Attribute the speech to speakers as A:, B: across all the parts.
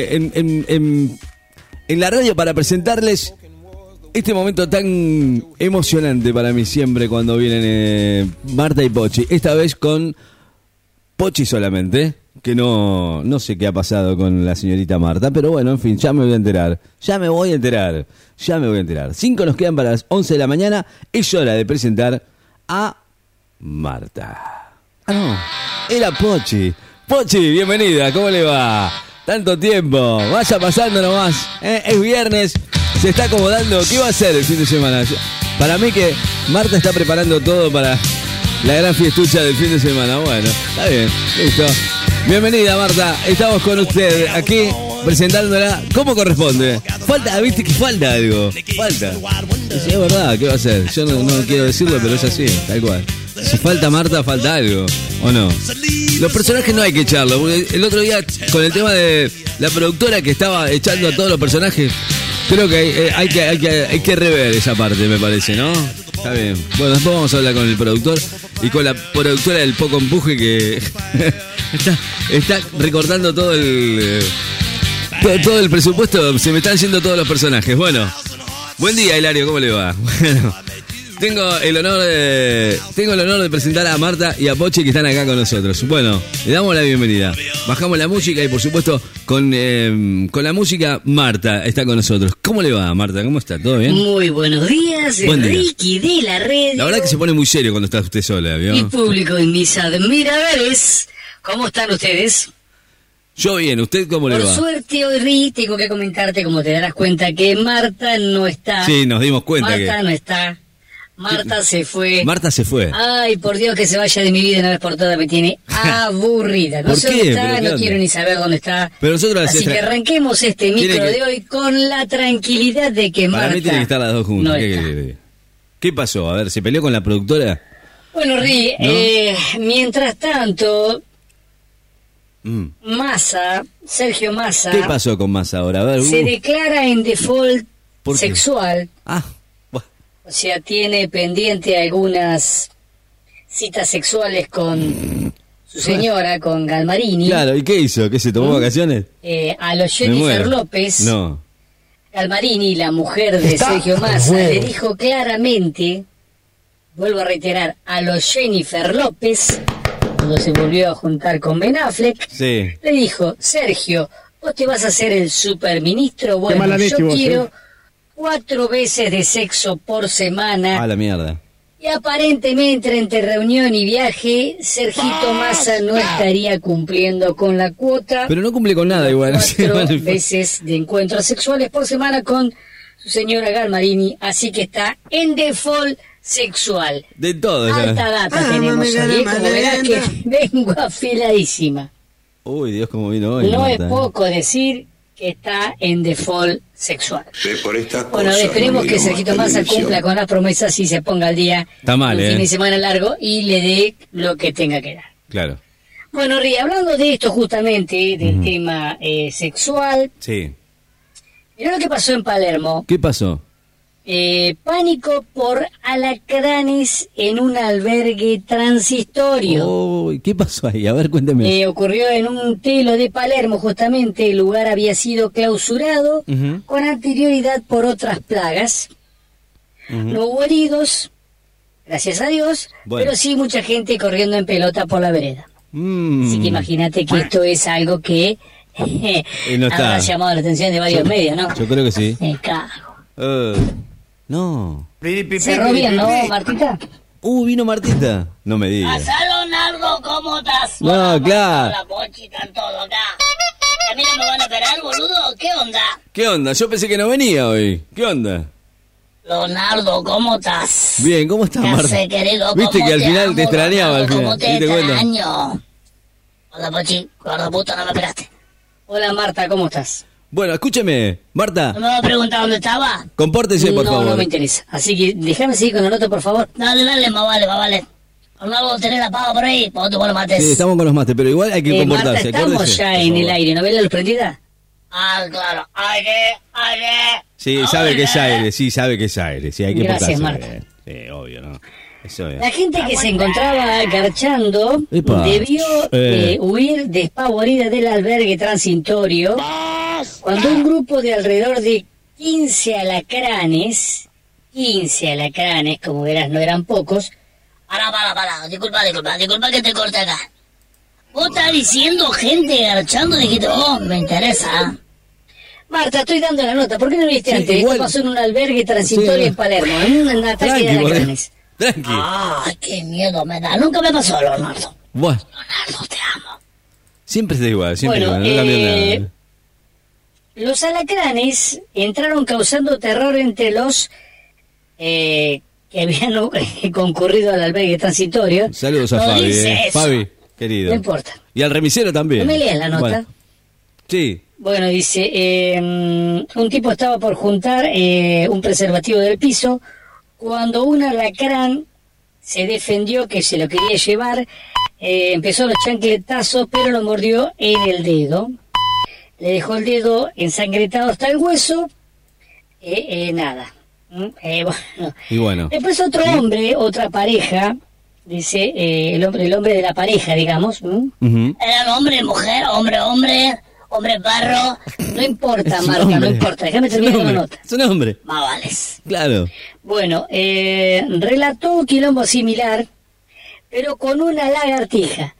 A: en, en- en- en la radio para presentarles este momento tan emocionante para mí siempre cuando vienen eh, Marta y Pochi. Esta vez con Pochi solamente, que no, no sé qué ha pasado con la señorita Marta, pero bueno, en fin, ya me voy a enterar. Ya me voy a enterar. Ya me voy a enterar. Cinco nos quedan para las 11 de la mañana. Es hora de presentar a Marta. Ah, no. Era Pochi. Pochi, bienvenida. ¿Cómo le va? Tanto tiempo. Vaya pasando nomás. Eh, es viernes. Se está acomodando. ¿Qué va a hacer el fin de semana? Yo- Para mí que Marta está preparando todo para la gran fiestucha del fin de semana. Bueno, está bien. Listo. Bienvenida, Marta. Estamos con usted aquí presentándola como corresponde. Falta, viste que falta algo. Falta. Y si es verdad, ¿qué va a hacer? Yo no, no quiero decirlo, pero es así, tal cual. Si falta Marta, falta algo, ¿o no? Los personajes no hay que echarlo. porque El otro día, con el tema de la productora que estaba echando a todos los personajes, creo que hay, eh, hay que, hay, que, hay que rever esa parte, me parece, ¿no? Está bien. Bueno, después vamos a hablar con el productor y con la productora del poco empuje que está, está recortando todo el... eh, todo, todo el presupuesto, se me están yendo todos los personajes. Bueno, buen día, Hilario, ¿cómo le va? Bueno, tengo el honor de, tengo el honor de presentar a Marta y a Pochi que están acá con nosotros. Bueno, le damos la bienvenida. Bajamos la música y, por supuesto, con, eh, con la música, Marta está con nosotros. ¿Cómo le va, Marta? ¿Cómo está? ¿Todo bien?
B: Muy buenos días,
A: ¿Eh? Buen día.
B: Ricky de la red.
A: La verdad que se pone muy serio cuando está usted sola,
B: Y
A: ¿vio?
B: público y mis admiradores. ¿Cómo están ustedes?
A: Yo bien, ¿usted cómo le
B: Por
A: va?
B: suerte hoy, Ricky, tengo que comentarte, como te darás cuenta, que Marta no está.
A: Sí, nos dimos cuenta
B: Marta ah,
A: que
B: no está. Marta se fue.
A: Marta se fue.
B: Ay, por Dios, que se vaya de mi vida una vez por todas, me tiene aburrida. No
A: ¿Por
B: sé
A: qué?
B: dónde
A: ¿Pero
B: está,
A: qué
B: no
A: onda?
B: quiero ni saber dónde está.
A: Pero nosotros las
B: Así
A: extra-
B: que arranquemos este
A: Tiene
B: micro
A: que-
B: de hoy con la tranquilidad de que
A: Para
B: Marta
A: mí tienen que estar las dos juntas.
B: no
A: ¿Qué,
B: está.
A: querés? ¿Qué pasó? A ver, ¿se peleó con la productora?
B: Bueno, Ri,
A: ¿No?
B: eh, mientras tanto,
A: Mm.
B: Massa, Sergio Massa,
A: ¿Qué pasó con más ahora? A ver,
B: Ah. se
A: uh,
B: declara en default
A: ¿Por qué?
B: sexual,
A: Ah, bueno.
B: o sea, tiene pendiente algunas citas sexuales con su señora, con Galmarini,
A: claro, ¿y qué hizo? ¿Qué se tomó vacaciones?
B: eh, a los
A: Me
B: Mm. Jennifer
A: muero.
B: López.
A: No.
B: Galmarini, la mujer de
A: Está
B: Sergio Massa,
A: bueno.
B: le dijo claramente, vuelvo a reiterar, a los Jennifer López, cuando se volvió a juntar con Ben Affleck,
A: Sí.
B: le dijo, Sergio, vos te vas a hacer el superministro,
C: mala
B: bueno,
C: leche
B: yo
C: vos,
B: quiero
C: eh.
B: cuatro veces de sexo por semana,
A: A la mierda.
B: y aparentemente entre reunión y viaje, Sergito Massa no estaría cumpliendo con la cuota
A: Pero no cumple con nada igual. Sí,
B: Ah. cuatro
A: bueno,
B: veces de encuentros sexuales por semana con su señora Galmarini, así que está en default sexual.
A: De todo. ya.
B: Alta data tenemos hoy, ¿eh? como verás que vengo afiladísima.
A: Uy, Dios, cómo vino hoy.
B: No es
A: Marta, eh.
B: poco decir que está en default sexual.
D: Ve por estas
B: Bueno,
D: cosas,
B: esperemos
D: no
B: que
D: digo
B: Sergito
D: más
B: Massa
D: televisión.
B: cumpla con las promesas y se ponga al día
A: Está mal,
B: un
A: ¿eh?
B: fin de semana largo y le dé lo que tenga que dar.
A: Claro.
B: Bueno, Ri, hablando de esto justamente, del tema eh, sexual,
A: Sí.
B: Mirá lo que pasó en Palermo.
A: ¿Qué pasó?
B: Eh, pánico por alacranes en un albergue transistorio.
A: Uy, ¿Qué pasó ahí? A ver, cuénteme.
B: Eh, ocurrió en un telo de Palermo, justamente. El lugar había sido clausurado
A: Ujú.
B: con anterioridad por otras plagas. No hubo heridos, gracias a Dios,
A: Bueno.
B: pero sí mucha gente corriendo en pelota por la vereda.
A: Mm.
B: Así que imagínate que esto es algo que
A: no está.
B: ha llamado la atención de varios medios, ¿no?
A: Yo creo que sí.
B: Me cago.
A: Eh, no.
B: Cerró bien, ¿no, Martita?
A: Uh, vino Martita. No me
B: Ah,
A: digas.
E: Pasaron algo, ¿cómo estás?
A: No,
E: Hola,
A: claro.
E: hola, Pochi, están todos acá. ¿A mí no me van a operar, boludo? ¿Qué onda?
A: ¿Qué onda? Yo pensé que no venía hoy. ¿Qué onda?
E: Leonardo, ¿cómo estás?
A: Bien, ¿cómo estás,
E: ¿Qué
A: Marta?
E: hace, querido? ¿Cómo
A: Viste que al final
E: amo,
A: te extrañaba al
E: Leonardo?
A: final.
E: ¿Cómo
A: ¿Te
E: te
A: diste cuenta?
E: extraño? Hola, Pochi, gordo puto, no me operaste.
B: Hola Marta, ¿cómo estás?
A: Bueno, escúcheme,
E: ¿No
A: Marta,
E: me vas a preguntar dónde estaba?
A: compórtese, por
B: no,
A: favor.
B: no me interesa. Así que déjame seguir con la nota, por favor.
E: Dale, dale, más vale, más vale. Leonardo, tenés la paga por ahí, vos te pones mates.
A: Sí, estamos con los mates, pero igual hay que
B: Eh, Marta,
A: comportarse.
B: estamos
A: acuérdese,
B: ya
A: por
B: en
A: favor.
B: el aire, ¿no ves la luz prendida?
E: Ah, claro, hay que, hay que...
A: Sí, sabe que es aire, sí, sabe que es aire, sí, hay que
B: Gracias,
A: comportarse.
B: Marta.
A: bien. Sí, obvio, ¿no? Eso es.
B: La gente que se encontraba agarchando
A: Epa.
B: debió
A: Eh.
B: eh, huir despavorida del albergue transitorio cuando un grupo de alrededor de 15 alacranes, 15 alacranes, como verás no eran pocos,
E: Pará, pará, pará. Disculpa, disculpa, disculpa que te corte acá. Vos estás diciendo gente garchando dijiste, oh, me interesa.
B: Marta, estoy dando la nota, ¿por qué no lo viste
A: Sí,
B: antes?
A: igual.
B: Esto pasó en un albergue transitorio
A: Sí.
B: en Palermo, en un ataque
A: Tranqui,
B: de
A: boludo.
B: alacranes.
A: Tranqui.
E: Ah, qué miedo me da. Nunca me pasó, Leonardo.
A: Bueno,
E: Leonardo, te amo.
A: siempre está igual, siempre
B: Bueno,
A: igual, no cambió
B: eh,
A: nada.
B: Los alacranes entraron causando terror entre los eh, que habían eh, concurrido al albergue transitorio.
A: Saludos a
B: No
A: Fabi.
B: dice
A: eh.
B: eso.
A: Fabi, querido.
B: No importa.
A: Y al remisero también.
B: No me leas la nota.
A: Bueno. Sí.
B: Bueno, dice, eh, un tipo estaba por juntar eh, un preservativo del piso cuando un alacrán se defendió que se lo quería llevar, eh, empezó los chancletazos, pero lo mordió en el dedo. Le dejó el dedo ensangrentado hasta el hueso. Eh, eh, nada. Mm, eh, bueno.
A: Y bueno.
B: Después otro hombre, otra pareja, dice, eh, el, hombre, el hombre de la pareja, digamos, ¿m?
A: Ujú.
E: Eran hombre, mujer, hombre, hombre, hombre, barro.
B: no importa,
A: Es un
B: Marta, no
A: hombre.
B: importa, déjame
A: Es un
B: terminar con la
A: hombre.
B: nota.
A: Es un hombre.
E: Más vales.
A: Claro.
B: Bueno, eh, relató un quilombo similar, pero con una lagartija.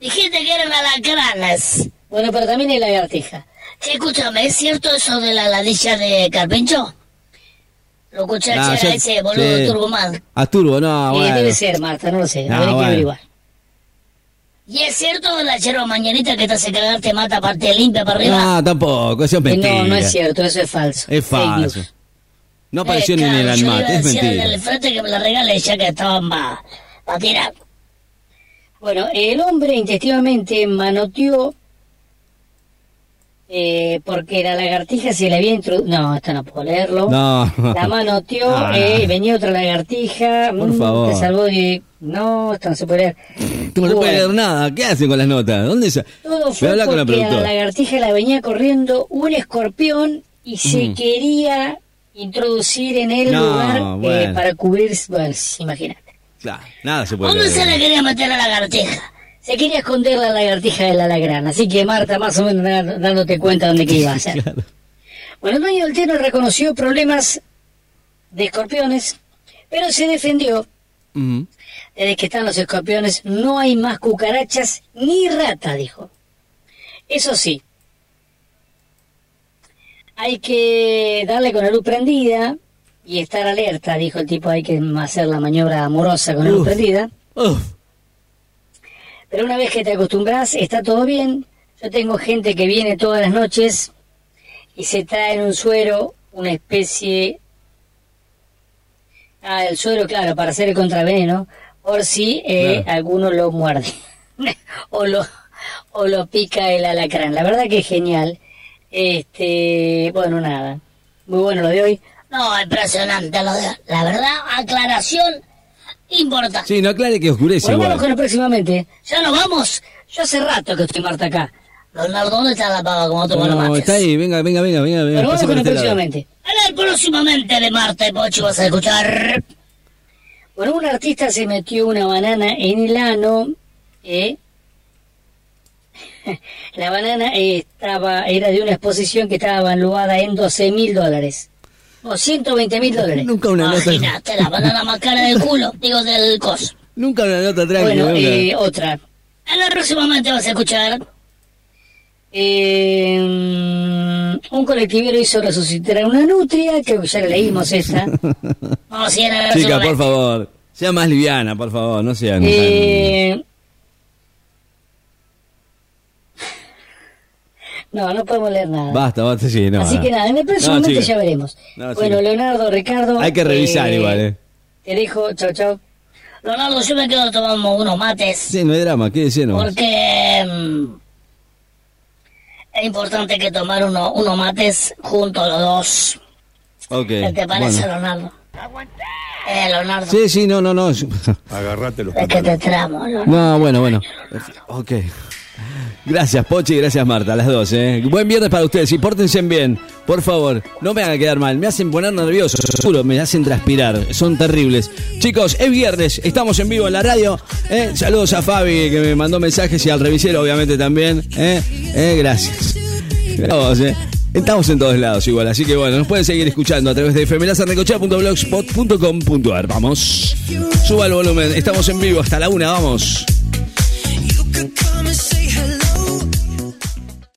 E: Dijiste que eran alacranes.
B: Bueno, pero también hay lagartija.
E: Che, escúchame, ¿es cierto eso de la ladilla de Carpincho? Lo escuché
A: Nah,
E: ayer
A: yo-
E: a ese boludo
A: sí.
E: Turbomán.
A: A Turbo, no,
B: Eh,
A: bueno.
B: debe ser, Marta, no lo sé.
A: No,
B: Habría que
A: bueno.
B: averiguar.
E: ¿Y es cierto la yerba mañanita que te hace cagar, te mata, parte limpia para arriba?
A: No, tampoco, eso es
B: Eh,
A: Ah, mentira.
B: no, no es cierto, eso es falso.
A: Es
B: Fake news.
A: falso. No apareció
E: Eh,
A: ni en el
E: claro, yo le
A: almate,
E: iba a
A: es
E: decir
A: mentira.
E: al del frente que me la regale ya que estaban más. Pa' tirar.
B: Bueno, el hombre intensivamente manoteó eh, porque la lagartija se le había introducido. No, esto no puedo leerlo.
A: No.
B: La manoteó,
A: Ah.
B: eh, venía otra lagartija.
A: Por
B: mm,
A: favor.
B: Te salvó de. No, esto no se puede leer.
A: No se
B: Bueno.
A: puede leer nada. ¿Qué hacen con las notas? ¿Dónde se.?
B: Todo
A: Voy a
B: fue
A: hablar con la
B: porque a la
A: productora.
B: lagartija la venía corriendo un escorpión y se
A: Mm.
B: quería introducir en el
A: No,
B: lugar eh,
A: bueno.
B: para cubrirse. Bueno, sí, imagínate.
A: Claro, nada se puede
E: ¿Dónde se le
A: leer.
E: quería meter a la lagartija?
B: Se quería esconder la lagartija del alacrán, así que Marta, más o menos da- dándote cuenta dónde que iba a hacer.
A: Claro.
B: Bueno, el dueño del terreno reconoció problemas de escorpiones, pero se defendió.
A: Ujú.
B: Desde que están los escorpiones no hay más cucarachas ni rata, dijo. Eso sí, hay que darle con la luz prendida y estar alerta, dijo el tipo, hay que hacer la maniobra amorosa con la luz
A: Uf.
B: prendida.
A: Uf,
B: Pero una vez que te acostumbras, está todo bien. Yo tengo gente que viene todas las noches y se trae en un suero una especie... Ah, el suero, claro, para hacer el contraveneno, por si eh,
A: Claro.
B: alguno lo muerde o, lo, o lo pica el alacrán. La verdad que es genial. Este, bueno, nada. Muy bueno lo de hoy.
E: No, impresionante. Lo de, la verdad, aclaración importante.
A: Sí, no aclare que oscurece
B: Bueno, vamos
A: igual.
B: con el próximamente.
E: ¿Ya nos vamos?
B: Yo hace rato que estoy Marta acá.
E: Leonardo, ¿dónde está la pava como tú
A: No,
E: no,
A: está ahí, eh, venga, venga, venga, venga. venga,
B: Bueno, vamos
A: pase
B: con el
A: por este lado.
B: próximamente.
E: En el próximamente de Marta y Pochi vas a escuchar...
B: Bueno, un artista se metió una banana en el ano. ¿eh? La banana eh, estaba, era de una exposición que estaba evaluada en 12 mil dólares. O 120 mil dólares.
A: Nunca una nota.
E: Imagínate, la banana más cara del culo, digo, del coso.
A: Nunca una nota tranqui.
B: Bueno,
A: venga.
B: eh, otra.
E: En el próximamente vas a escuchar...
B: Eh, un colectivero hizo resucitar a una nutria, creo que ya la leímos esa. eh,
E: No, sí, en el
A: Chica, por
E: próximamente.
A: favor. Sea más liviana, por favor, no sean. tan-
B: Eh, No, no podemos leer nada.
A: Basta, basta, sí, no.
B: Así que nada, en el
A: No,
B: próximo momento
A: chica.
B: ya veremos.
A: No,
B: bueno,
A: chica.
B: Leonardo, Ricardo.
A: Hay que revisar
B: eh,
A: igual, eh.
B: Te dejo, chao, chao.
E: Leonardo, yo me quedo tomando unos mates.
A: Sí, no hay drama, quédese nomás.
E: Porque mm, es importante que tomar uno, unos mates juntos los dos.
A: Ok.
E: ¿Qué te parece,
A: bueno.
E: Leonardo? Eh, Leonardo,
A: Sí, sí, no, no, no.
C: Agarrate los
E: es que te tramo, Leonardo.
A: No, bueno, bueno. Ok. Gracias, Pochi, gracias, Marta, las dos, ¿eh? Buen viernes para ustedes y pórtense bien, por favor. No me hagan quedar mal, me hacen poner nervioso, seguro, me hacen transpirar, son terribles. Chicos, es viernes, estamos en vivo en la radio. ¿eh? Saludos a Fabi, que me mandó mensajes, y al revisero, obviamente, también. ¿eh? ¿Eh? Gracias. Vamos, ¿eh? Estamos en todos lados igual, así que bueno, nos pueden seguir escuchando a través de femelazarnecochea.blogspot.com.ar. Vamos. Suba el volumen, estamos en vivo hasta la una, vamos.